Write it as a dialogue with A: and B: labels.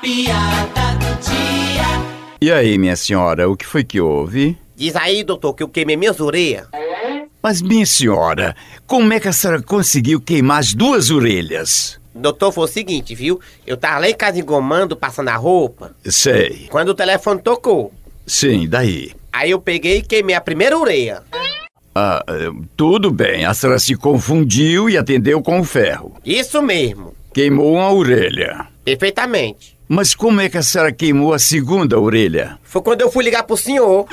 A: piada do dia.
B: E aí, minha senhora, o que foi que houve?
C: Diz aí, doutor, que eu queimei minhas orelhas.
B: Mas, minha senhora, como é que a senhora conseguiu queimar as duas orelhas?
C: Doutor, foi o seguinte, viu? Eu tava lá em casa engomando, passando a roupa,
B: Sei.
C: quando o telefone tocou.
B: Sim, daí.
C: Aí eu peguei e queimei a primeira orelha.
B: Ah, eh, tudo bem, a senhora se confundiu e atendeu com o ferro.
C: Isso mesmo,
B: Queimou uma orelha.
C: perfeitamente.
B: Mas como é que a senhora queimou a segunda orelha?
C: Foi quando eu fui ligar pro senhor.